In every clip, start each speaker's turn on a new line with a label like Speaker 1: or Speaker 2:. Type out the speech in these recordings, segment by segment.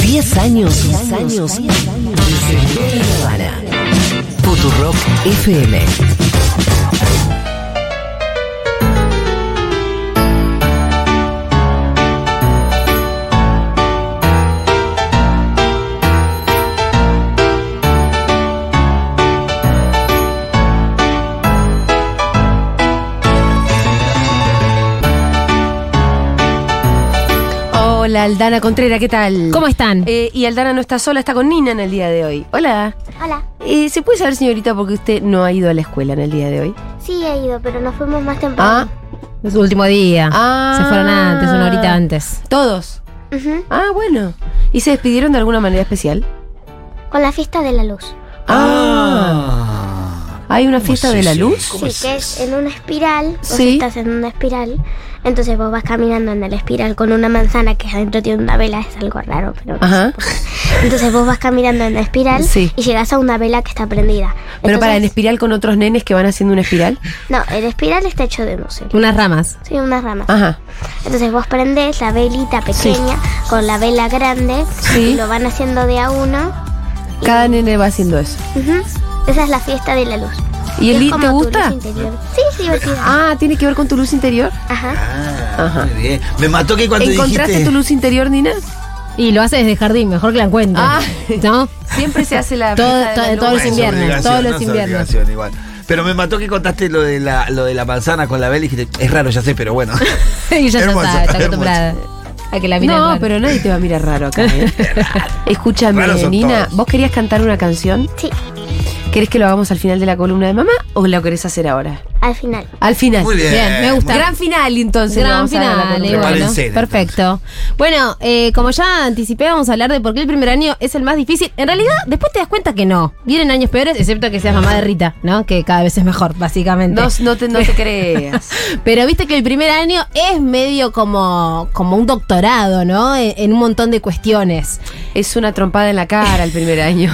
Speaker 1: 10 años, 10 años, 10 años. Futurock FM.
Speaker 2: Hola, Aldana Contreras, ¿qué tal?
Speaker 3: ¿Cómo están?
Speaker 2: Eh, y Aldana no está sola, está con Nina en el día de hoy. Hola.
Speaker 4: Hola.
Speaker 2: Eh, ¿Se puede saber, señorita, por qué usted no ha ido a la escuela en el día de hoy?
Speaker 4: Sí he ido, pero nos fuimos más temprano.
Speaker 3: Es su último día.
Speaker 2: Ah.
Speaker 3: Se fueron antes, una horita antes.
Speaker 2: Todos.
Speaker 4: Ujú.
Speaker 2: Ah, bueno. ¿Y se despidieron de alguna manera especial?
Speaker 4: Con la fiesta de la luz.
Speaker 2: ¿Hay una fiesta de la luz?
Speaker 4: Sí, que es en una espiral. Vos
Speaker 2: Sí.
Speaker 4: estás en una espiral. Entonces vos vas caminando en la espiral con una manzana que adentro tiene una vela. Es algo raro, pero. no
Speaker 2: Ajá.
Speaker 4: sé. Entonces vos vas caminando en la espiral
Speaker 2: Sí.
Speaker 4: y llegas a una vela que está prendida.
Speaker 2: Pero para, en
Speaker 4: Entonces-
Speaker 2: espiral con otros nenes que van haciendo una espiral.
Speaker 4: No, el espiral está hecho de musel.
Speaker 3: Unas ramas.
Speaker 4: Sí, unas ramas.
Speaker 2: Ajá.
Speaker 4: Entonces vos prendés la velita pequeña con la vela grande
Speaker 2: Sí.
Speaker 4: y lo van haciendo de a uno.
Speaker 2: Cada nene va haciendo eso.
Speaker 4: Ujú. Esa es la fiesta de la luz.
Speaker 2: ¿Y el
Speaker 4: Es
Speaker 2: li-
Speaker 4: como
Speaker 2: te
Speaker 4: tu
Speaker 2: gusta?
Speaker 4: luz interior. Sí, es divertido.
Speaker 2: Ah, ¿tiene que ver con tu luz interior?
Speaker 4: Ajá.
Speaker 5: Ah, Muy bien. Me mató que cuando
Speaker 2: ¿Encontraste
Speaker 5: dijiste.
Speaker 2: tu luz interior, Nina?
Speaker 3: Y lo hace desde jardín, mejor que la encuentre.
Speaker 2: Ah.
Speaker 3: ¿No?
Speaker 2: Siempre se hace la
Speaker 3: Todo-
Speaker 2: fiesta de la
Speaker 3: todo- todo el
Speaker 2: luz.
Speaker 5: Bueno, es
Speaker 3: inviernos,
Speaker 5: obligación,
Speaker 3: todos los
Speaker 5: no es
Speaker 3: inviernos.
Speaker 5: obligación, igual. Pero me mató que contaste lo de la, lo de la manzana con la vela y dijiste, es raro, ya sé, pero bueno.
Speaker 3: y ya
Speaker 5: Hermoso,
Speaker 3: está, está
Speaker 5: hermoso.
Speaker 3: acostumbrada a que la miren.
Speaker 2: No, pero nadie te va a mirar raro acá. ¿eh? Escúchame,
Speaker 5: Raros son
Speaker 2: Nina,
Speaker 5: todos.
Speaker 2: ¿vos querías cantar una canción?
Speaker 4: Sí,
Speaker 2: ¿Querés que lo hagamos al final de la columna de mamá o lo querés hacer ahora?
Speaker 4: al final.
Speaker 2: Al final.
Speaker 5: Muy bien.
Speaker 3: Bien, me gusta.
Speaker 2: Gran final, entonces. le
Speaker 3: Gran
Speaker 2: vamos a dar a la
Speaker 3: final,
Speaker 2: columna.
Speaker 3: y bueno,
Speaker 5: Prepárense, entonces.
Speaker 3: perfecto. Bueno, eh, como ya anticipé, vamos a hablar de por qué el primer año es el más difícil. En realidad, después te das cuenta que no. Vienen años peores, excepto que seas mamá de Rita, ¿no? Que cada vez es mejor, básicamente.
Speaker 2: No, no te, no te creas.
Speaker 3: Pero viste que el primer año es medio como, como un doctorado, ¿no? E, En, en un montón de cuestiones.
Speaker 2: Es una trompada en la cara el primer año.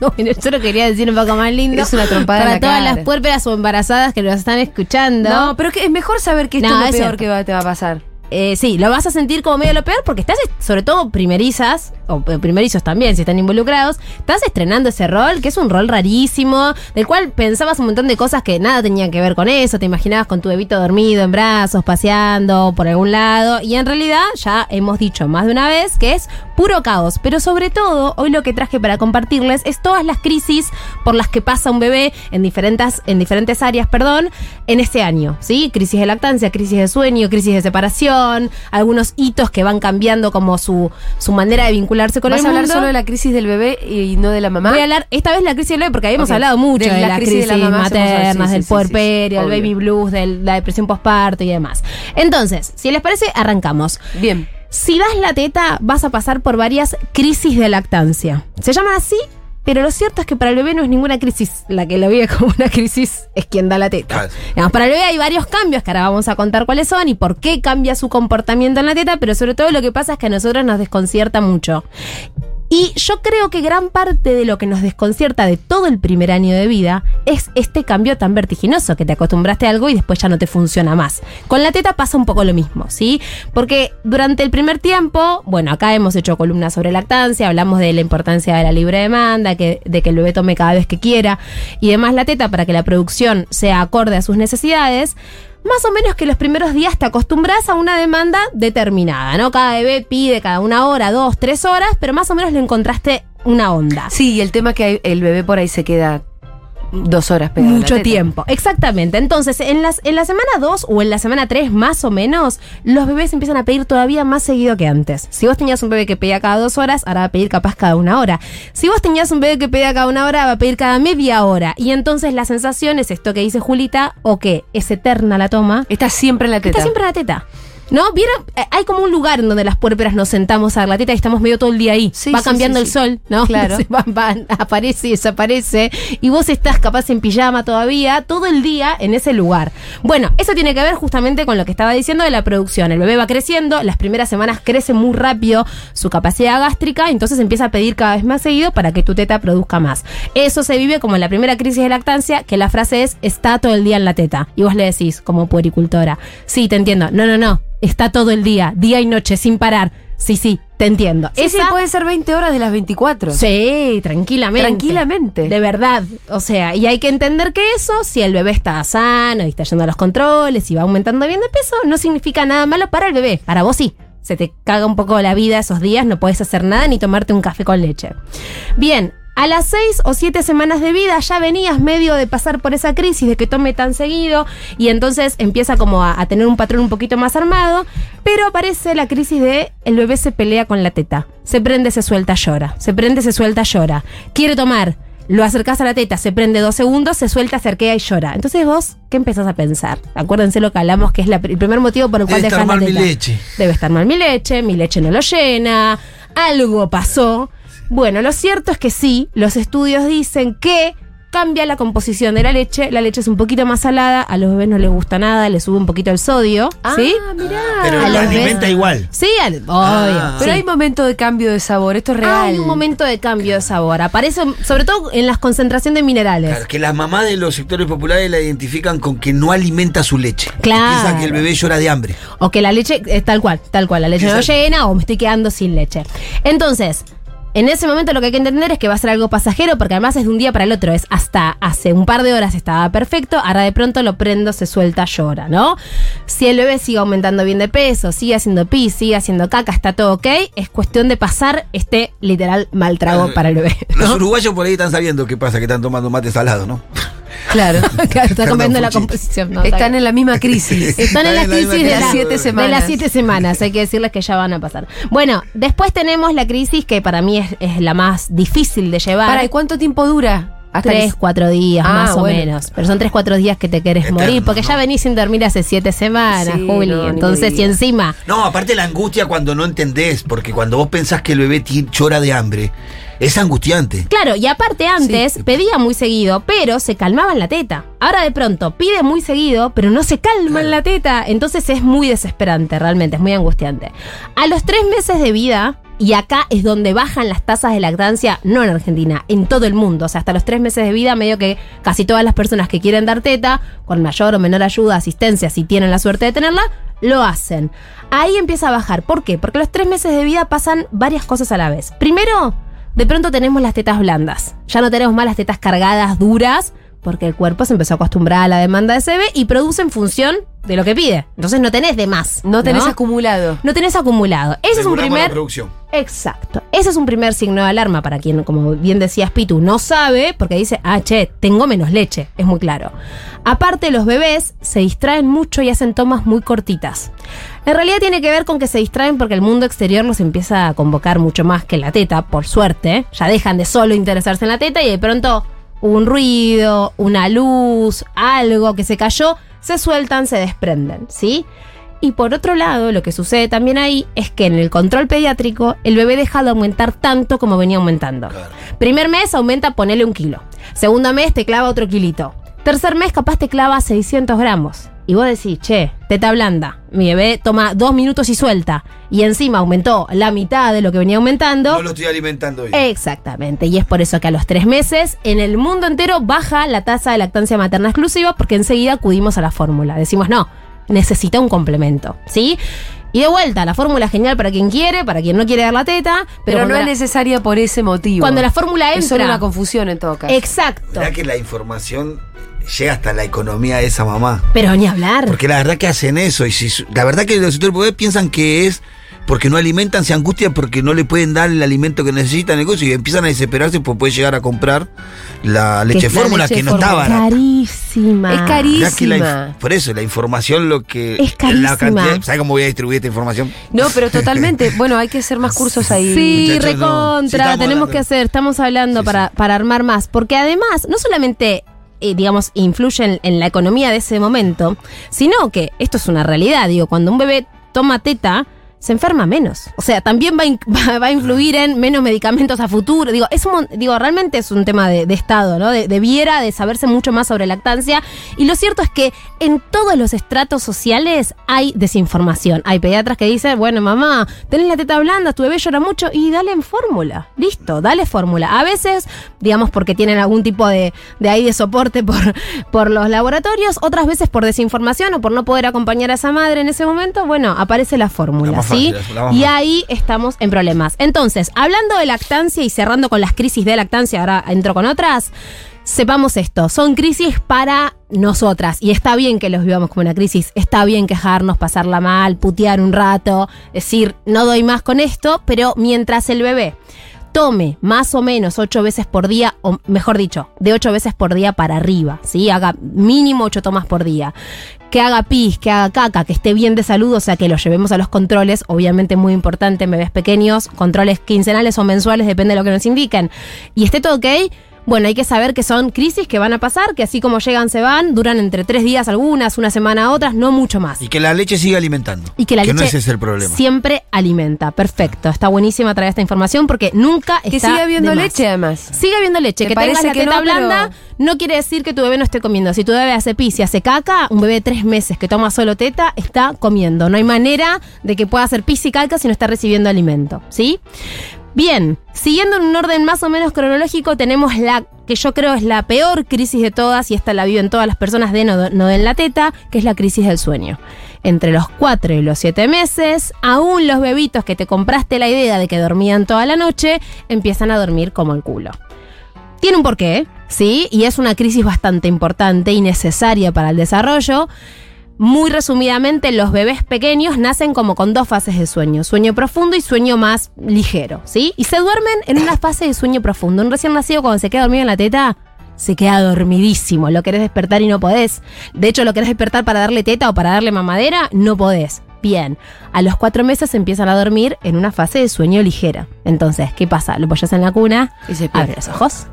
Speaker 3: Bueno, yo lo quería decir un poco más lindo.
Speaker 2: Es una trompada en
Speaker 3: Para
Speaker 2: la
Speaker 3: todas
Speaker 2: cara.
Speaker 3: las puérperas o embarazadas que nos están escuchando.
Speaker 2: No, pero que es mejor saber que esto
Speaker 3: No,
Speaker 2: es lo
Speaker 3: es
Speaker 2: peor
Speaker 3: cierto.
Speaker 2: que va- te va a pasar.
Speaker 3: Eh, sí, lo vas a sentir como medio lo peor porque estás, est- sobre todo primerizas, o eh, primerizos también, si están involucrados, estás estrenando ese rol, que es un rol rarísimo, del cual pensabas un montón de cosas que nada tenían que ver con eso, te imaginabas con tu bebito dormido en brazos, paseando por algún lado, y en realidad ya hemos dicho más de una vez que es puro caos, pero sobre todo hoy lo que traje para compartirles es todas las crisis por las que pasa un bebé en diferentes, en diferentes áreas, perdón, en este año, ¿sí? Crisis de lactancia, crisis de sueño, crisis de separación, algunos hitos que van cambiando como su, su manera de vincularse con
Speaker 2: ¿Vas
Speaker 3: el
Speaker 2: a hablar
Speaker 3: mundo.
Speaker 2: solo de la crisis del bebé y no de la mamá?
Speaker 3: Voy a hablar esta vez de la crisis del bebé porque habíamos
Speaker 2: Ok.
Speaker 3: hablado mucho
Speaker 2: De
Speaker 3: de,
Speaker 2: la
Speaker 3: las
Speaker 2: crisis de
Speaker 3: crisis,
Speaker 2: las mamás, hemos hablado,
Speaker 3: maternas,
Speaker 2: sí,
Speaker 3: del
Speaker 2: sí, sí, sí, sí,
Speaker 3: puerperio, el
Speaker 2: obvio.
Speaker 3: baby blues, de la depresión postparto y demás. Entonces, si les parece, arrancamos.
Speaker 2: Bien.
Speaker 3: Si das la teta, vas a pasar por varias crisis de lactancia. Se llaman así, pero lo cierto es que para el bebé no es ninguna crisis. La que lo vive como una crisis es quien da la teta.
Speaker 5: Claro.
Speaker 3: Digamos, para el bebé hay varios cambios que ahora vamos a contar cuáles son y por qué cambia su comportamiento en la teta, pero sobre todo lo que pasa es que a nosotros nos desconcierta mucho. Y yo creo que gran parte de lo que nos desconcierta de todo el primer año de vida es este cambio tan vertiginoso, que te acostumbraste a algo y después ya no te funciona más. Con la teta pasa un poco lo mismo, ¿sí? Porque durante el primer tiempo, bueno, acá hemos hecho columnas sobre lactancia, hablamos de la importancia de la libre demanda, que, de que el bebé tome cada vez que quiera y demás la teta para que la producción sea acorde a sus necesidades. Más o menos que los primeros días te acostumbras a una demanda determinada, ¿no? Cada bebé pide cada una hora, dos, tres horas, pero más o menos le encontraste una onda.
Speaker 2: Sí, y el tema que hay- el bebé por ahí se queda dos horas pegado a la
Speaker 3: Mucho
Speaker 2: teta.
Speaker 3: tiempo, exactamente. Entonces, en, las, en la semana 2 o en la semana 3, más o menos, los bebés empiezan a pedir todavía más seguido que antes. Si vos tenías un bebé que pedía cada dos horas, ahora va a pedir capaz cada una hora. Si vos tenías un bebé que pedía cada una hora, va a pedir cada media hora. Y entonces la sensación es esto que dice Julita, o que es eterna la toma,
Speaker 2: Está siempre en la teta.
Speaker 3: Está siempre la teta. ¿No? ¿Vieron? Eh, Hay como un lugar en donde las puérperas nos sentamos a dar la teta y estamos medio todo el día ahí.
Speaker 2: Sí,
Speaker 3: va
Speaker 2: sí,
Speaker 3: cambiando
Speaker 2: sí,
Speaker 3: el
Speaker 2: sí.
Speaker 3: sol, ¿no?
Speaker 2: Claro.
Speaker 3: Se va- va- aparece y desaparece. Y vos estás capaz en pijama todavía, todo el día en ese lugar. Bueno, eso tiene que ver justamente con lo que estaba diciendo de la producción. El bebé va creciendo, las primeras semanas crece muy rápido su capacidad gástrica, entonces empieza a pedir cada vez más seguido para que tu teta produzca más. Eso se vive como en la primera crisis de lactancia, que la frase es está todo el día en la teta. Y vos le decís, como puericultora, sí, te entiendo. No, no, no, está todo el día, día y noche, sin parar. Sí, sí, Te entiendo.
Speaker 2: Sí, sí,
Speaker 3: Esa-
Speaker 2: pueden ser 20 horas de las 24.
Speaker 3: Sí, tranquilamente.
Speaker 2: Tranquilamente.
Speaker 3: De verdad. O sea, y hay que entender que eso, si el bebé está sano y está yendo a los controles y va aumentando bien de peso, no significa nada malo para el bebé. Para vos sí. Se te caga un poco la vida esos días, no puedes hacer nada ni tomarte un café con leche. Bien. A las seis o siete semanas de vida ya venías medio de pasar por esa crisis de que tome tan seguido y entonces empieza como a, a tener un patrón un poquito más armado, pero aparece la crisis de el bebé se pelea con la teta, se prende, se suelta, llora, se prende, se suelta, llora, quiere tomar, lo acercás a la teta, se prende dos segundos, se suelta, cerquea y llora. Entonces vos, ¿qué empezás a pensar? Acuérdense lo que hablamos, que es la pr- el primer motivo por el cual
Speaker 5: Debe estar
Speaker 3: dejás la
Speaker 5: mal mi
Speaker 3: teta.
Speaker 5: leche.
Speaker 3: Debe estar mal mi leche, mi leche no lo llena, algo pasó. Bueno, lo cierto es que sí, los estudios dicen que cambia la composición de la leche, la leche es un poquito más salada, a los bebés no les gusta nada, les sube un poquito el sodio, ¿sí?
Speaker 2: Ah, mirá.
Speaker 5: Pero
Speaker 3: a
Speaker 5: lo
Speaker 3: los
Speaker 5: alimenta
Speaker 3: ves-
Speaker 5: igual.
Speaker 3: Sí, al- obvio.
Speaker 5: Ah.
Speaker 2: Pero
Speaker 3: sí. Ah,
Speaker 2: hay momento de cambio de sabor, esto es real.
Speaker 3: Hay un momento de cambio de sabor, aparece sobre todo en las concentración de minerales.
Speaker 5: Claro, que las mamás de los sectores populares la identifican con que no alimenta su leche.
Speaker 3: Claro.
Speaker 5: Piensan que el bebé llora de hambre.
Speaker 3: O que la leche, es tal cual, tal cual, la leche
Speaker 5: Exacto.
Speaker 3: no llena o me estoy quedando sin leche. Entonces, en ese momento lo que hay que entender es que va a ser algo pasajero porque además es de un día para el otro. Es hasta hace un par de horas estaba perfecto, ahora de pronto lo prendo, se suelta, llora, ¿no? Si el bebé sigue aumentando bien de peso, sigue haciendo pis, sigue haciendo caca, está todo ok, es cuestión de pasar este literal mal trago
Speaker 5: Claro.
Speaker 3: para el bebé.
Speaker 5: Los
Speaker 3: ¿no?
Speaker 5: uruguayos por ahí están sabiendo qué pasa, que están tomando mate salado, ¿no?
Speaker 2: Claro.
Speaker 3: Claro, está
Speaker 5: Cardan
Speaker 3: comiendo la
Speaker 5: Fuchis.
Speaker 3: composición. ¿no?
Speaker 2: Están en la misma crisis.
Speaker 3: Están en la
Speaker 5: Está
Speaker 3: crisis
Speaker 5: en la
Speaker 3: de,
Speaker 5: misma
Speaker 2: crisis
Speaker 3: la-
Speaker 2: de siete
Speaker 3: de
Speaker 2: semanas.
Speaker 3: las siete semanas. Hay que decirles que ya van a pasar. Bueno, después tenemos la crisis que para mí es, es la más difícil de llevar.
Speaker 2: Para, ¿y cuánto tiempo dura?
Speaker 3: tres,
Speaker 2: que-
Speaker 3: cuatro días
Speaker 2: Ah,
Speaker 3: más
Speaker 2: bueno.
Speaker 3: o menos. Pero son tres, cuatro días que te querés
Speaker 5: Eterno,
Speaker 3: morir porque
Speaker 5: ¿no?
Speaker 3: ya venís sin dormir hace siete semanas,
Speaker 2: Sí,
Speaker 3: Juli.
Speaker 2: no, ni
Speaker 3: Entonces,
Speaker 2: te
Speaker 3: y
Speaker 2: digo.
Speaker 3: encima.
Speaker 5: No, aparte la angustia cuando no entendés, porque cuando vos pensás que el bebé ti- llora de hambre, es angustiante.
Speaker 3: Claro, y aparte antes pedía muy seguido, pero se calmaba en la teta. Ahora de pronto pide muy seguido, pero no se calma en la teta. Entonces es muy desesperante, realmente, es muy angustiante. A los tres meses de vida, y acá es donde bajan las tasas de lactancia, no en Argentina, en todo el mundo. O sea, hasta los tres meses de vida, medio que casi todas las personas que quieren dar teta, con mayor o menor ayuda, asistencia, si tienen la suerte de tenerla, lo hacen. Ahí empieza a bajar. ¿Por qué? Porque a los tres meses de vida pasan varias cosas a la vez. Primero, de pronto tenemos las tetas blandas. Ya no tenemos más las tetas cargadas, duras, porque el cuerpo se empezó a acostumbrar a la demanda de CB y produce en función de lo que pide. Entonces no tenés de más.
Speaker 2: No tenés
Speaker 3: ¿no?
Speaker 2: acumulado.
Speaker 3: No tenés acumulado. Ese es un
Speaker 5: Regulamos la
Speaker 3: primer.
Speaker 5: producción.
Speaker 3: Exacto. Ese es un primer signo de alarma para quien, como bien decías, Pitu, no sabe, porque dice, ah, che, tengo menos leche. Es muy claro. Aparte, los bebés se distraen mucho y hacen tomas muy cortitas. En realidad tiene que ver con que se distraen porque el mundo exterior los empieza a convocar mucho más que la teta, por suerte. Ya dejan de solo interesarse en la teta y de pronto un ruido, una luz, algo que se cayó, se sueltan, se desprenden, ¿sí? Y por otro lado, lo que sucede también ahí es que en el control pediátrico el bebé deja de aumentar tanto como venía aumentando.
Speaker 5: Claro.
Speaker 3: Primer mes aumenta, ponele un kilo. Segundo mes te clava otro kilito. Tercer mes capaz te clava 600 gramos. Y vos decís, che, teta blanda. Mi bebé toma dos minutos y suelta. Y encima aumentó la mitad de lo que venía aumentando.
Speaker 5: No lo estoy alimentando
Speaker 3: Eh,
Speaker 5: hoy.
Speaker 3: Exactamente, y es por eso que a los tres meses en el mundo entero baja la tasa de lactancia materna exclusiva porque enseguida acudimos a la fórmula. Decimos, no, necesita un complemento, ¿sí? Y de vuelta, la fórmula es genial para quien quiere, para quien no quiere dar la teta, pero,
Speaker 2: Pero,
Speaker 3: cuando,
Speaker 2: no es
Speaker 3: la,
Speaker 2: necesaria por ese motivo.
Speaker 3: cuando la fórmula
Speaker 2: Es solo
Speaker 3: entra...
Speaker 2: una confusión en todo caso.
Speaker 3: exacto.
Speaker 5: ¿Verdad que la información llega hasta la economía de esa mamá?
Speaker 3: Pero ni hablar.
Speaker 5: Porque la verdad que hacen eso. Y si su- la verdad que los sectores poder piensan que es porque no alimentan, se angustian porque no le pueden dar el alimento que necesitan el negocio y empiezan a desesperarse por poder llegar a comprar la leche
Speaker 2: es la
Speaker 5: fórmula
Speaker 2: leche
Speaker 5: que no está
Speaker 2: fórmula.
Speaker 5: barata.
Speaker 3: Carísima.
Speaker 2: Es carísima.
Speaker 5: Mirá que la inf- por eso, la información lo que.
Speaker 3: Es carísima.
Speaker 5: La cantidad, ¿Sabes cómo voy a distribuir esta información?
Speaker 2: No, pero totalmente. Bueno, hay que hacer más cursos ahí.
Speaker 3: Sí,
Speaker 5: Muchachos, no. Sí,
Speaker 3: recontra,
Speaker 5: estamos
Speaker 3: tenemos
Speaker 5: hablando.
Speaker 3: que hacer, estamos hablando
Speaker 5: Sí,
Speaker 3: para, para armar más, porque además no solamente, eh, digamos, influyen en, la economía de ese momento, sino que esto es una realidad, digo, cuando un bebé toma teta, se enferma menos. O sea, también va, a in- va- va a influir en menos medicamentos a futuro. Digo, es un mon- digo realmente es un tema de, de Estado, ¿no? De, debiera de saberse mucho más sobre lactancia. Y lo cierto es que en todos los estratos sociales hay desinformación. Hay pediatras que dicen, bueno, mamá, tenés la teta blanda, tu bebé llora mucho y dale en fórmula. Listo, dale fórmula. A veces, digamos, porque tienen algún tipo de, de ahí de soporte por, por los laboratorios, otras veces por desinformación o por no poder acompañar a esa madre en ese momento, bueno, aparece la fórmula.
Speaker 5: La más
Speaker 3: ¿sí?
Speaker 5: fácil, la más
Speaker 3: Y
Speaker 5: fácil.
Speaker 3: ahí estamos en problemas. Entonces, hablando de lactancia y cerrando con las crisis de lactancia, ahora entro con otras. Sepamos esto, son crisis para nosotras y está bien que los vivamos como una crisis, está bien quejarnos, pasarla mal, putear un rato, decir no doy más con esto, pero mientras el bebé tome más o menos ocho veces por día, o mejor dicho, de ocho veces por día para arriba, ¿sí? Haga mínimo ocho tomas por día. Que haga pis, que haga caca, que esté bien de salud, o sea, que lo llevemos a los controles, obviamente muy importante en bebés pequeños, controles quincenales o mensuales, depende de lo que nos indiquen, y esté todo ok. Bueno, hay que saber que son crisis que van a pasar, que así como llegan se van, duran entre tres días algunas, una semana a otras, no mucho más.
Speaker 5: Y que la leche siga alimentando.
Speaker 3: Y que la
Speaker 5: no
Speaker 3: leche
Speaker 5: ese es el problema.
Speaker 3: Siempre alimenta. Perfecto. Está buenísima traer esta información porque nunca
Speaker 2: Que
Speaker 3: está
Speaker 2: siga habiendo
Speaker 3: de más.
Speaker 2: leche, además.
Speaker 3: Sigue habiendo leche.
Speaker 2: Me
Speaker 3: Que
Speaker 2: parece
Speaker 3: tengas la
Speaker 2: que
Speaker 3: teta
Speaker 2: no, pero-
Speaker 3: blanda no quiere decir que tu bebé no esté comiendo. Si tu bebé hace pis y hace caca, un bebé de tres meses que toma solo teta está comiendo. No hay manera de que pueda hacer pis y caca si no está recibiendo alimento. ¿Sí? Bien, siguiendo en un orden más o menos cronológico, tenemos la que yo creo es la peor crisis de todas, y esta la viven todas las personas de no, no den la teta, que es la crisis del sueño. Entre los 4 y los 7 meses, aún los bebitos que te compraste la idea de que dormían toda la noche, empiezan a dormir como el culo. Tiene un porqué, ¿sí? Y es una crisis bastante importante y necesaria para el desarrollo. Muy resumidamente, los bebés pequeños nacen como con dos fases de sueño, sueño profundo y sueño más ligero, ¿sí? Y se duermen en una fase de sueño profundo. Un recién nacido cuando se queda dormido en la teta, se queda dormidísimo, lo querés despertar y no podés. De hecho, lo querés despertar para darle teta o para darle mamadera, no podés. Bien, a los cuatro meses empiezan a dormir en una fase de sueño ligera. Entonces, ¿qué pasa? Lo apoyas en la cuna,
Speaker 2: Y se pierde.
Speaker 3: abre los ojos,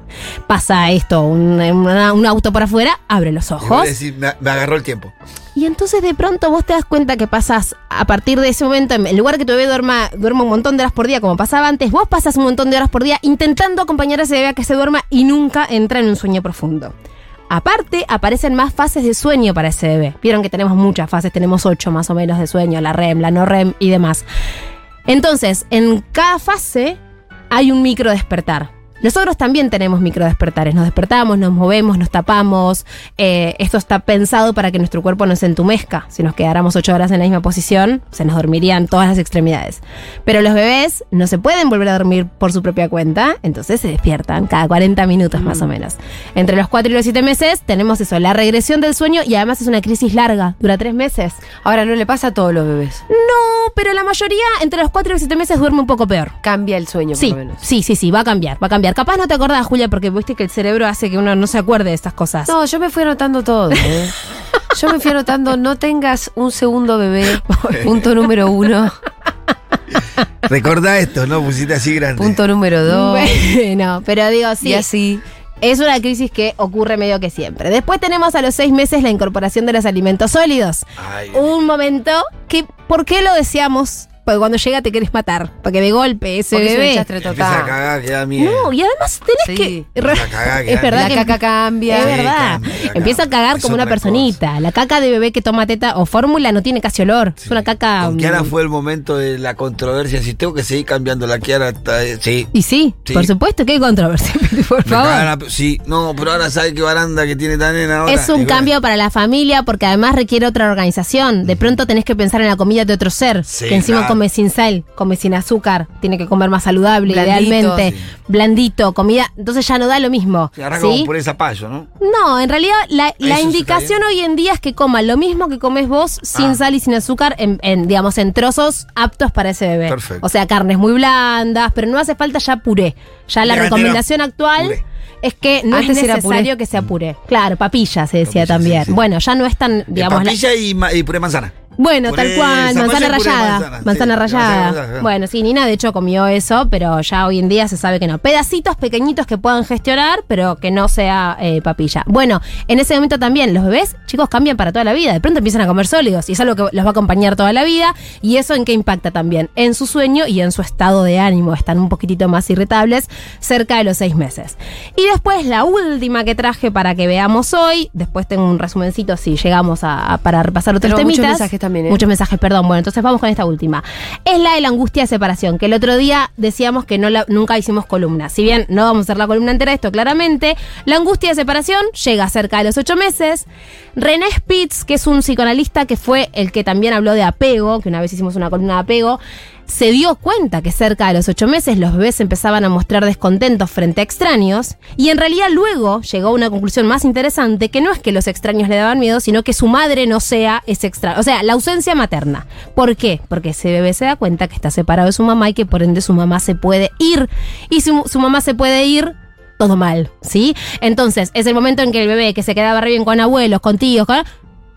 Speaker 3: pasa esto, un, una- un auto por afuera, abre los
Speaker 5: Y voy a
Speaker 3: ojos.
Speaker 5: decir, me, me agarró el tiempo.
Speaker 3: Y entonces de pronto vos te das cuenta que pasás, a partir de ese momento, en lugar que tu bebé duerma, duerma un montón de horas por día, como pasaba antes, vos pasas un montón de horas por día intentando acompañar a ese bebé a que se duerma y nunca entra en un sueño profundo. Aparte, aparecen más fases de sueño para ese bebé. Vieron que tenemos muchas fases, tenemos ocho más o menos de sueño, la REM, la no REM y demás. Entonces, en cada fase hay un micro despertar. Nosotros también tenemos micro despertares. Nos despertamos, nos movemos, nos tapamos. Eh, esto está pensado para que nuestro cuerpo no se entumezca. Si nos quedáramos ocho horas en la misma posición, se nos dormirían todas las extremidades. Pero los bebés no se pueden volver a dormir por su propia cuenta, entonces se despiertan cada 40 minutos más o menos. Entre los 4 y los 7 meses tenemos eso, la regresión del sueño y además es una crisis larga, dura 3 meses.
Speaker 2: Ahora no le pasa a todos los bebés.
Speaker 3: No, pero la mayoría entre los 4 y los 7 meses duerme un poco peor.
Speaker 2: Cambia el sueño,
Speaker 3: Sí,
Speaker 2: por lo menos.
Speaker 3: sí, sí, sí, va a cambiar, va a cambiar. Capaz no te acordás, Julia, porque viste que el cerebro hace que uno no se acuerde de estas cosas.
Speaker 2: No, yo me fui anotando todo. ¿eh? Yo me fui anotando, no tengas un segundo bebé, punto número uno,
Speaker 5: Recordá esto, ¿no? Pusiste así grande.
Speaker 2: punto número dos,
Speaker 3: Bueno, pero digo, sí.
Speaker 2: y así.
Speaker 3: Es una crisis que ocurre medio que siempre. Después tenemos a los seis meses la incorporación de los alimentos sólidos.
Speaker 5: Ay,
Speaker 3: Un momento que, ¿por qué lo deseamos? Porque cuando llega te querés matar. Porque de golpe ese
Speaker 2: Porque es un
Speaker 3: bebé.
Speaker 2: desastre
Speaker 5: empieza a
Speaker 2: total.
Speaker 5: cagar, que da miedo.
Speaker 3: No, y además tenés
Speaker 2: Sí.
Speaker 3: que.
Speaker 5: La cagá que
Speaker 3: es
Speaker 5: da
Speaker 3: verdad
Speaker 2: La
Speaker 3: que.
Speaker 2: caca
Speaker 3: Es
Speaker 5: Sí,
Speaker 2: cambia.
Speaker 3: verdad.
Speaker 5: cambia, cambia.
Speaker 3: Empieza a cagar
Speaker 5: Es
Speaker 3: como una
Speaker 5: otra
Speaker 3: personita. La caca de bebé que toma teta o fórmula no tiene casi olor. Es una caca.
Speaker 5: Con Kiara
Speaker 3: mm,
Speaker 5: fue el momento de la controversia. Si tengo que seguir cambiando la Kiara, está- eh, sí.
Speaker 3: Y sí,
Speaker 5: Sí.
Speaker 3: por supuesto, qué controversia, por
Speaker 5: Me cagan
Speaker 3: favor.
Speaker 5: a- sí, no, pero ahora sabe qué baranda que tiene tan nena ahora.
Speaker 3: Es
Speaker 5: Y
Speaker 3: un
Speaker 5: bueno,
Speaker 3: cambio para la familia porque además requiere otra organización. De pronto tenés que pensar en la comida de otro ser,
Speaker 5: Sí,
Speaker 3: que encima
Speaker 5: claro.
Speaker 3: come sin sal, come sin azúcar, tiene que comer más saludable,
Speaker 2: Blandito.
Speaker 3: idealmente,
Speaker 5: Sí.
Speaker 3: blandito, comida, entonces ya no da lo mismo.
Speaker 5: se Arranca
Speaker 3: ¿sí?
Speaker 5: como por el zapallo, ¿no?
Speaker 3: No, en realidad la, la
Speaker 5: está
Speaker 3: indicación hoy en día es que coma lo mismo que comes vos sin
Speaker 5: Ah.
Speaker 3: sal y sin azúcar, en, en, digamos, en trozos aptos para ese bebé.
Speaker 5: Perfecto.
Speaker 3: O sea, carnes muy blandas, pero no hace falta ya puré. Ya la
Speaker 5: Antes era
Speaker 3: recomendación actual
Speaker 5: puré.
Speaker 3: es que no
Speaker 2: Antes
Speaker 3: es
Speaker 2: era
Speaker 3: necesario
Speaker 2: puré.
Speaker 3: que sea puré. Claro, papilla se decía
Speaker 5: Papilla,
Speaker 3: también.
Speaker 5: sí, sí.
Speaker 3: Bueno, ya no es tan, digamos, la-
Speaker 5: papilla y, ma- y puré de manzana.
Speaker 3: bueno,
Speaker 5: Puré,
Speaker 3: tal cual,
Speaker 5: zapallo,
Speaker 3: manzana
Speaker 5: puré de
Speaker 3: rallada.
Speaker 5: manzana,
Speaker 3: Manzana,
Speaker 5: sí, manzana
Speaker 3: rallada.
Speaker 5: rallada.
Speaker 3: Bueno, sí, Nina de hecho comió eso, pero ya hoy en día se sabe que no. Pedacitos pequeñitos que puedan gestionar, pero que no sea eh, papilla. Bueno, en ese momento también los bebés, chicos, cambian para toda la vida. De pronto empiezan a comer sólidos y es algo que los va a acompañar toda la vida. ¿Y eso en qué impacta también? En su sueño y en su estado de ánimo. Están un poquitito más irritables cerca de los seis meses. Y después la última que traje para que veamos hoy. Después tengo un resumencito si llegamos a, a- para repasar otros
Speaker 2: Tenemos muchos
Speaker 3: temitas.
Speaker 2: mensajes también, ¿eh?
Speaker 3: Muchos mensajes, perdón. Bueno, entonces vamos con esta última. Es la de la angustia de separación, que el otro día decíamos que no la- nunca hicimos columna. Si bien no vamos a hacer la columna entera, esto claramente. La angustia de separación llega cerca de los ocho meses. René Spitz, que es un psicoanalista que fue el que también habló de apego, que una vez hicimos una columna de apego, se dio cuenta que cerca de los ocho meses los bebés empezaban a mostrar descontentos frente a extraños y en realidad luego llegó a una conclusión más interesante que no es que los extraños le daban miedo, sino que su madre no sea ese extraño, o sea, la ausencia materna. ¿Por qué? Porque ese bebé se da cuenta que está separado de su mamá y que por ende su mamá se puede ir y si su mamá se puede ir todo mal, ¿sí? Entonces, es el momento en que el bebé que se quedaba re bien con abuelos, con tíos, con-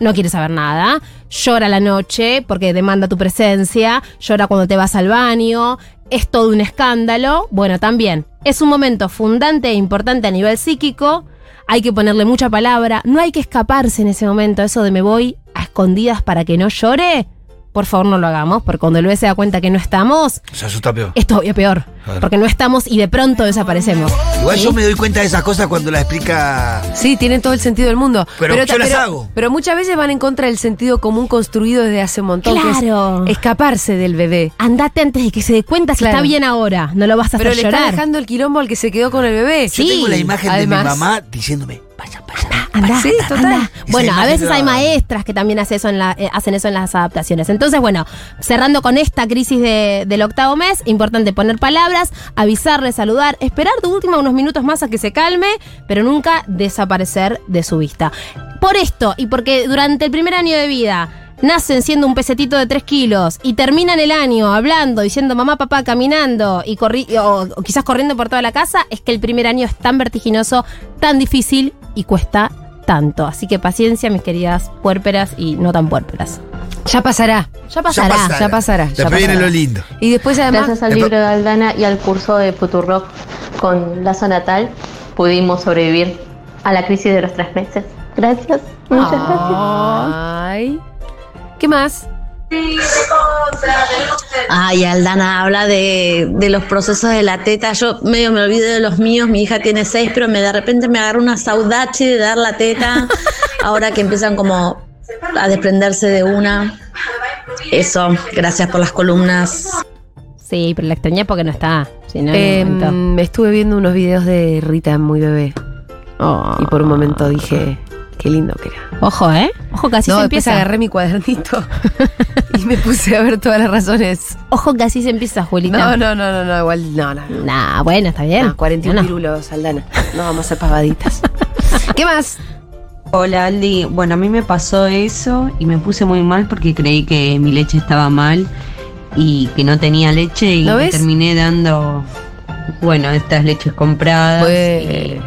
Speaker 3: no quiere saber nada, llora la noche porque demanda tu presencia, llora cuando te vas al baño, es todo un escándalo. Bueno, también es un momento fundante e importante a nivel psíquico, hay que ponerle mucha palabra, no hay que escaparse en ese momento, eso de me voy a escondidas para que no llore. Por favor, no lo hagamos, porque cuando el bebé se da cuenta que no estamos,
Speaker 5: Se asusta peor.
Speaker 3: es todavía peor.
Speaker 5: Claro.
Speaker 3: Porque no estamos y de pronto desaparecemos.
Speaker 5: Igual yo me doy cuenta de esas cosas cuando las explica.
Speaker 2: Sí, tienen todo el sentido del mundo.
Speaker 5: Pero yo
Speaker 2: ta-
Speaker 5: las hago.
Speaker 2: Pero muchas veces van en contra del sentido común construido desde hace un montón. que es
Speaker 3: Claro.
Speaker 2: escaparse del bebé.
Speaker 3: Andate antes de que se dé cuenta si
Speaker 2: Claro.
Speaker 3: está bien ahora. No lo vas a
Speaker 2: Pero le
Speaker 3: hacer
Speaker 2: está
Speaker 3: llorar.
Speaker 2: dejando el quilombo al que se quedó con el bebé.
Speaker 5: Yo tengo la imagen de
Speaker 2: Además-
Speaker 5: mi mamá diciéndome, vaya, vaya.
Speaker 3: Andá,
Speaker 2: Sí,
Speaker 3: andá,
Speaker 2: total.
Speaker 3: andá.
Speaker 5: Esa
Speaker 3: Bueno, a
Speaker 5: imagen
Speaker 3: veces
Speaker 5: era-
Speaker 3: hay maestras que también hace eso en la- eh, hacen eso en las adaptaciones. Entonces, bueno, cerrando con esta crisis de- del octavo mes, importante poner palabras, avisarle, saludar, esperar de última unos minutos más a que se calme, pero nunca desaparecer de su vista. Por esto, y porque durante el primer año de vida nacen siendo un pesetito de 3 kilos y terminan el año hablando, diciendo mamá, papá, caminando y corri- o, o quizás corriendo por toda la casa, es que el primer año es tan vertiginoso, tan difícil y cuesta tanto. Así que paciencia, mis queridas puérperas y no tan puérperas.
Speaker 2: Ya pasará.
Speaker 3: Ya pasará.
Speaker 2: ya pasará, ya
Speaker 5: Después viene
Speaker 2: pasará.
Speaker 5: lo lindo.
Speaker 2: Y después además...
Speaker 6: Gracias al libro de Aldana y al curso de Futurock con Lazo Natal pudimos sobrevivir a la crisis de los tres meses. Gracias, muchas gracias.
Speaker 2: Ah. Ay. ¿Qué más?
Speaker 7: Ay, Aldana habla de, de los procesos de la teta. Yo medio me olvido de los míos. Mi hija tiene seis, pero me de repente me agarra una saudade de dar la teta. Ahora que empiezan como a desprenderse de una. Eso, gracias por las columnas.
Speaker 3: Sí, pero la extrañé porque no está. Si no, en
Speaker 2: Eh,
Speaker 3: un momento.
Speaker 2: mm, estuve viendo unos videos de Rita muy bebé.
Speaker 5: oh.
Speaker 2: Y por un momento dije, qué lindo que era.
Speaker 3: Ojo, ¿eh? Ojo que así
Speaker 2: no,
Speaker 3: se
Speaker 2: después
Speaker 3: empieza.
Speaker 2: agarré mi cuadernito y me puse a ver todas las razones.
Speaker 3: Ojo que así se empieza, Julita.
Speaker 2: No, no, no, no, no, igual, no, no. Ah, no.
Speaker 3: Nah, bueno, está bien.
Speaker 2: No, 41
Speaker 3: No, no.
Speaker 2: pirulos, Aldana. No vamos a ser pavaditas. ¿Qué más?
Speaker 8: Hola Aldi, bueno, a mí me pasó eso y me puse muy mal porque creí que mi leche estaba mal y que no tenía leche y
Speaker 2: ¿Lo ves?
Speaker 8: terminé dando, bueno, estas leches compradas
Speaker 2: Bueno.
Speaker 8: y,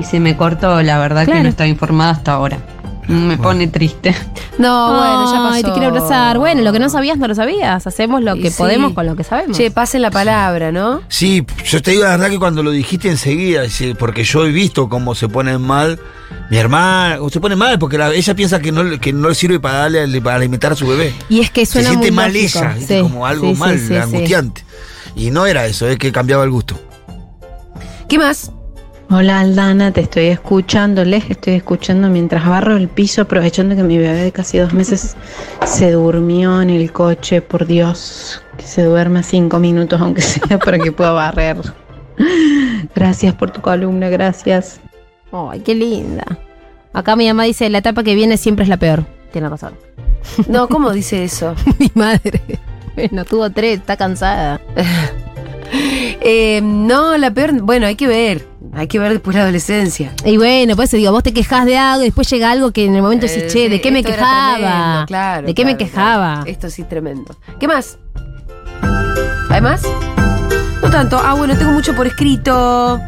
Speaker 8: y se me cortó, la verdad que no estaba informada hasta ahora. Me pone triste.
Speaker 2: No, bueno, ya pasó.
Speaker 3: Ay, te quiero abrazar. Bueno, lo que no sabías, no lo sabías. Hacemos lo
Speaker 2: Y
Speaker 3: que
Speaker 2: sí.
Speaker 3: podemos con lo que sabemos.
Speaker 2: Che, pasen la palabra, ¿no?
Speaker 5: Sí, yo te digo la verdad que cuando lo dijiste enseguida, sí, porque yo he visto cómo se ponen mal mi hermana, o se pone mal porque la- ella piensa que no, que no le sirve para darle para alimentar a su bebé.
Speaker 3: y es que suena
Speaker 5: se siente
Speaker 3: muy
Speaker 5: mal
Speaker 3: lógico.
Speaker 5: ella, ¿viste?
Speaker 3: Sí,
Speaker 5: como algo
Speaker 3: sí, sí,
Speaker 5: mal,
Speaker 3: sí, sí.
Speaker 5: angustiante. Y no era eso, es que cambiaba el gusto.
Speaker 2: ¿Qué más?
Speaker 9: Hola Aldana, te estoy escuchando, les estoy escuchando mientras barro el piso, aprovechando que mi bebé de casi dos meses se durmió en el coche, por Dios, que se duerma cinco minutos aunque sea para que pueda barrer. Gracias por tu columna, gracias.
Speaker 3: Ay, qué linda. Acá mi mamá dice, la etapa que viene siempre es la peor. Tiene razón.
Speaker 2: No, ¿cómo dice eso?
Speaker 3: mi madre. Bueno, tuvo tres, está cansada.
Speaker 2: Eh, no, la peor. Bueno, hay que ver. Hay que ver después la adolescencia.
Speaker 3: Y bueno, por eso digo, vos te quejás de algo y después llega algo que en el momento
Speaker 2: Eh,
Speaker 3: decís, che, ¿de
Speaker 2: sí,
Speaker 3: qué me
Speaker 2: esto era
Speaker 3: quejaba?
Speaker 2: tremendo, claro,
Speaker 3: ¿De qué me
Speaker 2: claro,
Speaker 3: quejaba?
Speaker 2: claro. Esto sí, tremendo. ¿Qué más? ¿Hay más? No tanto. Ah, bueno, tengo mucho por escrito.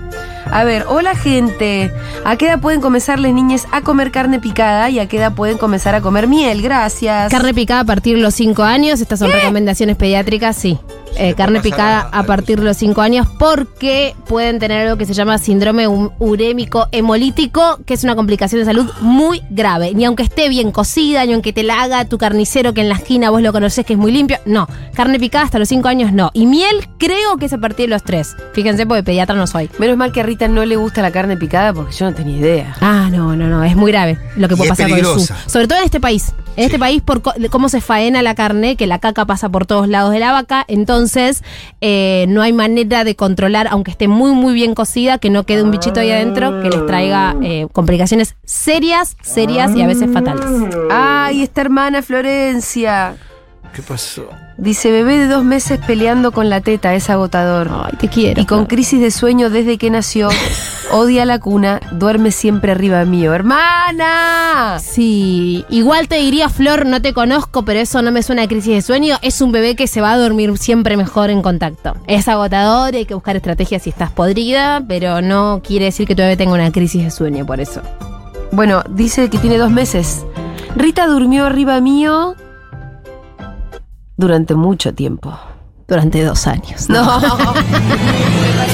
Speaker 2: A ver, hola gente. ¿A qué edad pueden comenzar las niñas a comer carne picada y a qué edad pueden comenzar a comer miel? Gracias.
Speaker 3: Carne picada a partir de los 5 años, estas son recomendaciones pediátricas, sí. Eh,
Speaker 5: puede
Speaker 3: carne
Speaker 5: pasar
Speaker 3: picada
Speaker 5: a-
Speaker 3: a, partir de los 5 años porque pueden tener algo que se llama síndrome um- urémico hemolítico, que es una complicación de salud muy grave. Ni aunque esté bien cocida, ni aunque te la haga tu carnicero que en la esquina vos lo conocés que es muy limpio, no. Carne picada hasta los 5 años no. Y miel creo que es a partir de los 3. Fíjense porque pediatra no soy.
Speaker 2: Menos mal que a Rita no le gusta la carne picada porque yo no tenía idea.
Speaker 3: Ah, no, no, no, es muy grave lo que
Speaker 5: Y
Speaker 3: puede
Speaker 5: es
Speaker 3: pasar con el
Speaker 5: peligrosa.
Speaker 3: SU. Sobre todo en este país. En este país, por co- de cómo se faena la carne, que la caca pasa por todos lados de la vaca, entonces eh, no hay manera de controlar, aunque esté muy, muy bien cocida, que no quede un bichito ahí adentro que les traiga eh, complicaciones serias, serias y a veces fatales.
Speaker 2: Ay, esta hermana Florencia.
Speaker 5: ¿Qué pasó?
Speaker 2: Dice, bebé de dos meses peleando con la teta, es agotador.
Speaker 3: Ay, te quiero.
Speaker 2: Y con crisis de sueño desde que nació, odia la cuna, duerme siempre arriba mío. ¡Hermana!
Speaker 3: Sí, igual te diría, Flor, no te conozco, pero eso no me suena a crisis de sueño. Es un bebé que se va a dormir siempre mejor en contacto. Es agotador, hay que buscar estrategias si estás podrida, pero no quiere decir que tu bebé tenga una crisis de sueño por eso.
Speaker 2: Bueno, dice que tiene dos meses. Rita durmió arriba mío durante mucho tiempo.
Speaker 3: Durante dos años.
Speaker 2: No. me, parece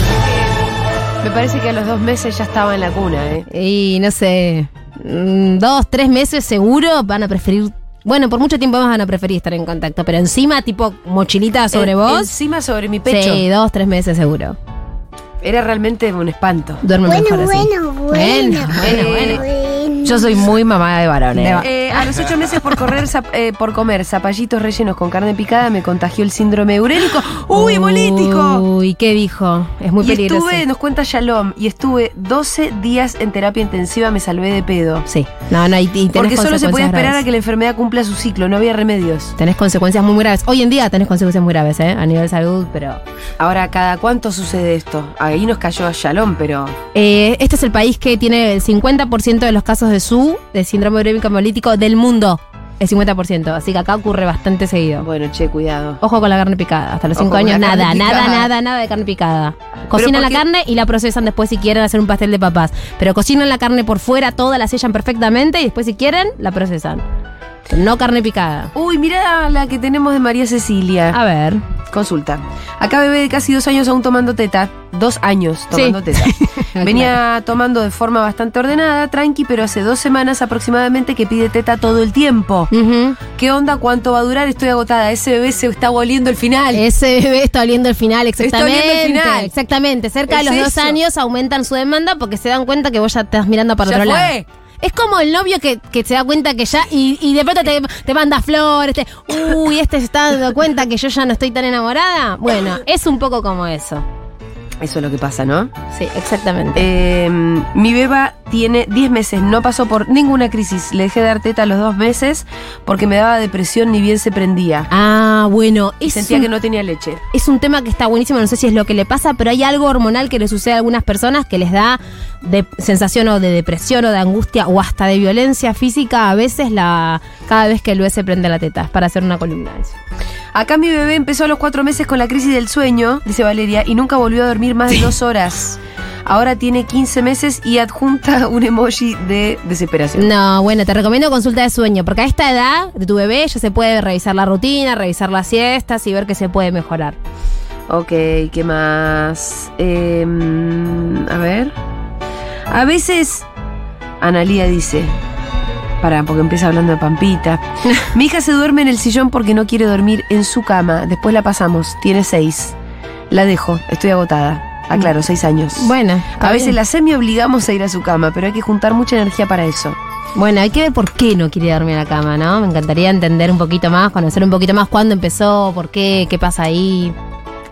Speaker 2: que, me parece que a los dos meses ya estaba en la cuna, ¿eh?
Speaker 3: Y no sé, mm, dos, tres meses seguro van a preferir. Bueno, por mucho tiempo más van a preferir estar en contacto, pero encima, tipo mochilita sobre
Speaker 2: En-
Speaker 3: vos.
Speaker 2: Encima sobre mi pecho.
Speaker 3: Sí, dos, tres meses seguro.
Speaker 2: Era realmente un espanto.
Speaker 3: Duerme mejor así.
Speaker 4: bueno,
Speaker 3: bueno, bueno.
Speaker 4: bueno.
Speaker 2: Yo soy muy mamá de varones.
Speaker 3: De va-
Speaker 2: Eh, a los ocho meses por correr zap- eh, por comer zapallitos rellenos con carne picada me contagió el síndrome eurélico. ¡Uy, hemolítico!
Speaker 3: Uy, ¿qué dijo? Es muy
Speaker 2: y
Speaker 3: peligroso.
Speaker 2: estuve, nos cuenta Shalom, y estuve 12 días en terapia intensiva, me salvé de pedo.
Speaker 3: Sí, no, no, y, y tenés
Speaker 2: Porque solo se podía
Speaker 3: consecuencias
Speaker 2: esperar
Speaker 3: graves.
Speaker 2: a que la enfermedad cumpla su ciclo, no había remedios.
Speaker 3: Tenés consecuencias muy graves. Hoy en día tenés consecuencias muy graves, ¿eh? A nivel salud, pero...
Speaker 2: Ahora, ¿cada cuánto sucede esto? Ahí nos cayó Shalom, pero...
Speaker 3: Eh, este es el país que tiene el 50% de los casos de SU, de síndrome urémico hemolítico, del mundo. El 50%. Así que acá ocurre bastante seguido.
Speaker 2: Bueno, che, cuidado.
Speaker 3: Ojo con la carne picada. Hasta los
Speaker 2: Ojo
Speaker 3: 5
Speaker 2: con la
Speaker 3: años, nada,
Speaker 2: carne
Speaker 3: nada,
Speaker 2: picada.
Speaker 3: nada, nada de carne picada. Cocinan la
Speaker 2: porque-
Speaker 3: carne y la procesan después si quieren hacer un pastel de papás. Pero cocinan la carne por fuera, toda la sellan perfectamente y después si quieren, la procesan. No carne picada.
Speaker 2: Uy, mirá la que tenemos de María Cecilia.
Speaker 3: A ver.
Speaker 2: Consulta. Acá bebé de casi dos años aún tomando teta. Dos años tomando
Speaker 3: Sí.
Speaker 2: teta. Venía tomando de forma bastante ordenada, tranqui, pero hace dos semanas aproximadamente que pide teta todo el tiempo.
Speaker 3: Ujú.
Speaker 2: ¿Qué onda? ¿Cuánto va a durar? Estoy agotada. Ese bebé se está volviendo el final.
Speaker 3: Ese bebé está oliendo el final, exactamente.
Speaker 2: oliendo el final.
Speaker 3: Exactamente. Cerca de
Speaker 2: Es
Speaker 3: los dos
Speaker 2: eso.
Speaker 3: años aumentan su demanda porque se dan cuenta que vos ya estás mirando para
Speaker 2: Ya
Speaker 3: otro lado.
Speaker 2: fue.
Speaker 3: Es como el novio que, que se da cuenta que ya, y, y de pronto te, te manda flores, te, uy, este se está dando cuenta que yo ya no estoy tan enamorada. Bueno, es un poco como eso.
Speaker 2: Eso es lo que pasa, ¿no?
Speaker 3: Sí, exactamente.
Speaker 2: Eh, mi beba tiene 10 meses, no pasó por ninguna crisis. Le dejé de dar teta a los dos meses porque me daba depresión ni bien se prendía.
Speaker 3: Ah, bueno,
Speaker 2: Y
Speaker 3: es
Speaker 2: sentía
Speaker 3: un
Speaker 2: que no tenía leche.
Speaker 3: es un tema que está buenísimo, no sé si es lo que le pasa, pero hay algo hormonal que le sucede a algunas personas que les da de sensación o de depresión o de angustia o hasta de violencia física a veces la cada vez que el bebé se prende la teta, es para hacer una columna.
Speaker 2: Acá mi bebé empezó a los cuatro meses con la crisis del sueño, dice Valeria, y nunca volvió a dormir más de dos horas. Ahora tiene 15 meses y adjunta un emoji de desesperación.
Speaker 3: No, bueno, te recomiendo consulta de sueño, porque a esta edad de tu bebé ya se puede revisar la rutina, revisar las siestas y ver que se puede mejorar.
Speaker 2: Ok, ¿qué más? Eh, a ver. A veces, Analía dice, para, porque empieza hablando de Pampita. Mi hija se duerme en el sillón porque no quiere dormir en su cama. Después la pasamos, tiene seis. La dejo, estoy agotada. Aclaro, seis años.
Speaker 3: Bueno,
Speaker 2: A veces la semi obligamos a ir a su cama, pero hay que juntar mucha energía para eso.
Speaker 3: Bueno, hay que ver por qué no quiere dormir en la cama, ¿no? Me encantaría entender un poquito más, conocer un poquito más cuándo empezó, por qué, qué pasa ahí.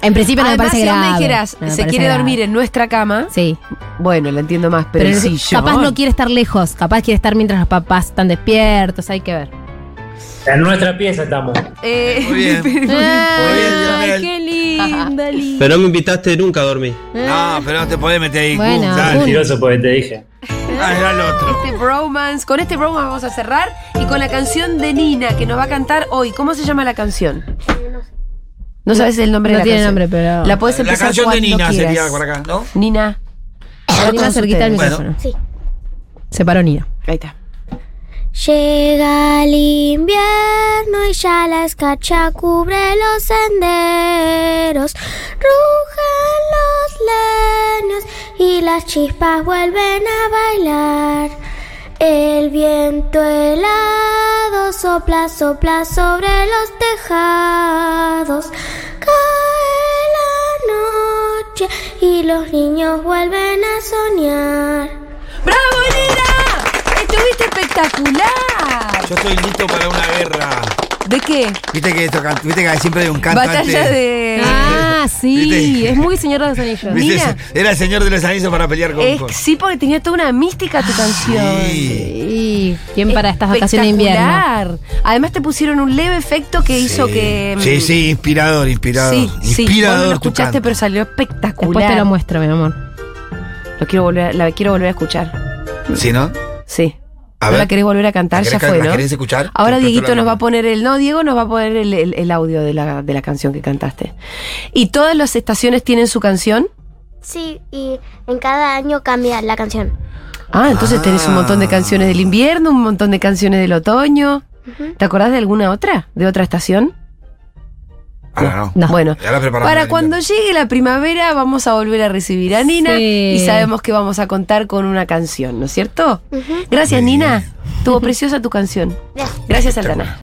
Speaker 3: En principio no
Speaker 2: Además,
Speaker 3: me parece
Speaker 2: si vos
Speaker 3: grave.
Speaker 2: me dijeras,
Speaker 3: No me
Speaker 2: se
Speaker 3: parece
Speaker 2: quiere
Speaker 3: grave.
Speaker 2: dormir en nuestra cama,
Speaker 3: Sí,
Speaker 2: bueno, la entiendo más, pero,
Speaker 3: pero,
Speaker 2: el sillón.
Speaker 3: capaz no quiere estar lejos, capaz quiere estar mientras los papás están despiertos, hay que ver.
Speaker 10: En nuestra pieza estamos.
Speaker 2: Eh,
Speaker 5: Muy bien.
Speaker 2: pero-
Speaker 3: Ay,
Speaker 5: Isabel.
Speaker 3: qué linda, linda.
Speaker 10: no me invitaste nunca a dormir.
Speaker 5: No, pero no te podés meter ahí.
Speaker 3: Bueno,
Speaker 5: Dale.
Speaker 3: un-
Speaker 10: Mentiroso porque te dije.
Speaker 5: Ah, era el otro.
Speaker 2: Este bromance, con este bromance vamos a cerrar y con la canción de Nina que nos va a cantar hoy. ¿Cómo se llama la canción? No sabes el nombre
Speaker 3: No
Speaker 2: de la
Speaker 3: tiene
Speaker 2: canción.
Speaker 3: nombre, pero-
Speaker 2: La puedes
Speaker 5: La
Speaker 2: empezar
Speaker 5: canción de
Speaker 2: cuando
Speaker 5: Nina
Speaker 2: quieras.
Speaker 5: sería por acá, ¿no?
Speaker 2: Nina.
Speaker 3: Vení más
Speaker 2: Todos
Speaker 3: cerquita del
Speaker 2: ustedes.
Speaker 3: micrófono.
Speaker 4: Sí.
Speaker 3: Se paró Nina.
Speaker 2: Ahí está.
Speaker 4: Llega el invierno y ya la escarcha cubre los senderos, rugen los leños y las chispas vuelven a bailar. El viento helado sopla, sopla sobre los tejados, cae la noche y los niños vuelven a soñar.
Speaker 2: ¡Bravo, Nina! ¡Esto viste espectacular!
Speaker 5: Yo estoy listo para una guerra.
Speaker 2: ¿De qué?
Speaker 5: Viste que, esto, can- viste que siempre hay un cantante.
Speaker 2: Batalla de.
Speaker 3: Ah, sí, es muy Señor de los Anillos.
Speaker 5: ¿Viste?
Speaker 2: Mira.
Speaker 5: Era el señor de los anillos para pelear con.
Speaker 2: Es-
Speaker 5: con-
Speaker 2: Eh, sí, porque tenía toda una mística tu canción.
Speaker 5: Ah, Sí.
Speaker 3: Y bien para estas vacaciones de invierno.
Speaker 2: Espectacular. Además te pusieron un leve efecto que hizo
Speaker 5: Sí.
Speaker 2: que... mm,
Speaker 5: Sí, sí, inspirador, inspirador.
Speaker 2: Sí, sí.
Speaker 5: inspirador
Speaker 2: Vos no lo
Speaker 5: tu
Speaker 2: escuchaste,
Speaker 5: canto.
Speaker 2: pero salió espectacular.
Speaker 3: Después te lo muestro, mi amor.
Speaker 2: Lo quiero volver, la quiero volver a escuchar.
Speaker 5: ¿Sí, no?
Speaker 2: Sí.
Speaker 5: A
Speaker 2: ¿No
Speaker 5: ver.
Speaker 2: la querés volver a cantar?
Speaker 5: ¿La
Speaker 2: Ya
Speaker 5: querés-
Speaker 2: fue,
Speaker 5: la
Speaker 2: ¿no?
Speaker 5: querés escuchar?
Speaker 2: Ahora
Speaker 5: Te presto
Speaker 2: Dieguito
Speaker 5: la
Speaker 2: nos va a
Speaker 5: mano.
Speaker 2: poner el... No, Diego nos va a poner el, el- el audio de la, de la canción que cantaste. ¿Y todas las estaciones tienen su canción?
Speaker 4: Sí, y en cada año cambia la canción.
Speaker 2: Ah, entonces
Speaker 5: Ah.
Speaker 2: tenés un montón de canciones del invierno, un montón de canciones del otoño.
Speaker 4: Ujú.
Speaker 2: ¿Te acordás de alguna otra? ¿De otra estación?
Speaker 5: Ahora no.
Speaker 3: No.
Speaker 2: Bueno,
Speaker 5: Ya la preparamos.
Speaker 2: Para cuando llegue la primavera vamos a volver a recibir a Nina
Speaker 3: Sí.
Speaker 2: y sabemos que vamos a contar con una canción, ¿no es cierto?
Speaker 4: Ujú.
Speaker 2: Gracias
Speaker 5: Muy
Speaker 2: Nina, estuvo preciosa tu canción. Gracias Aldana.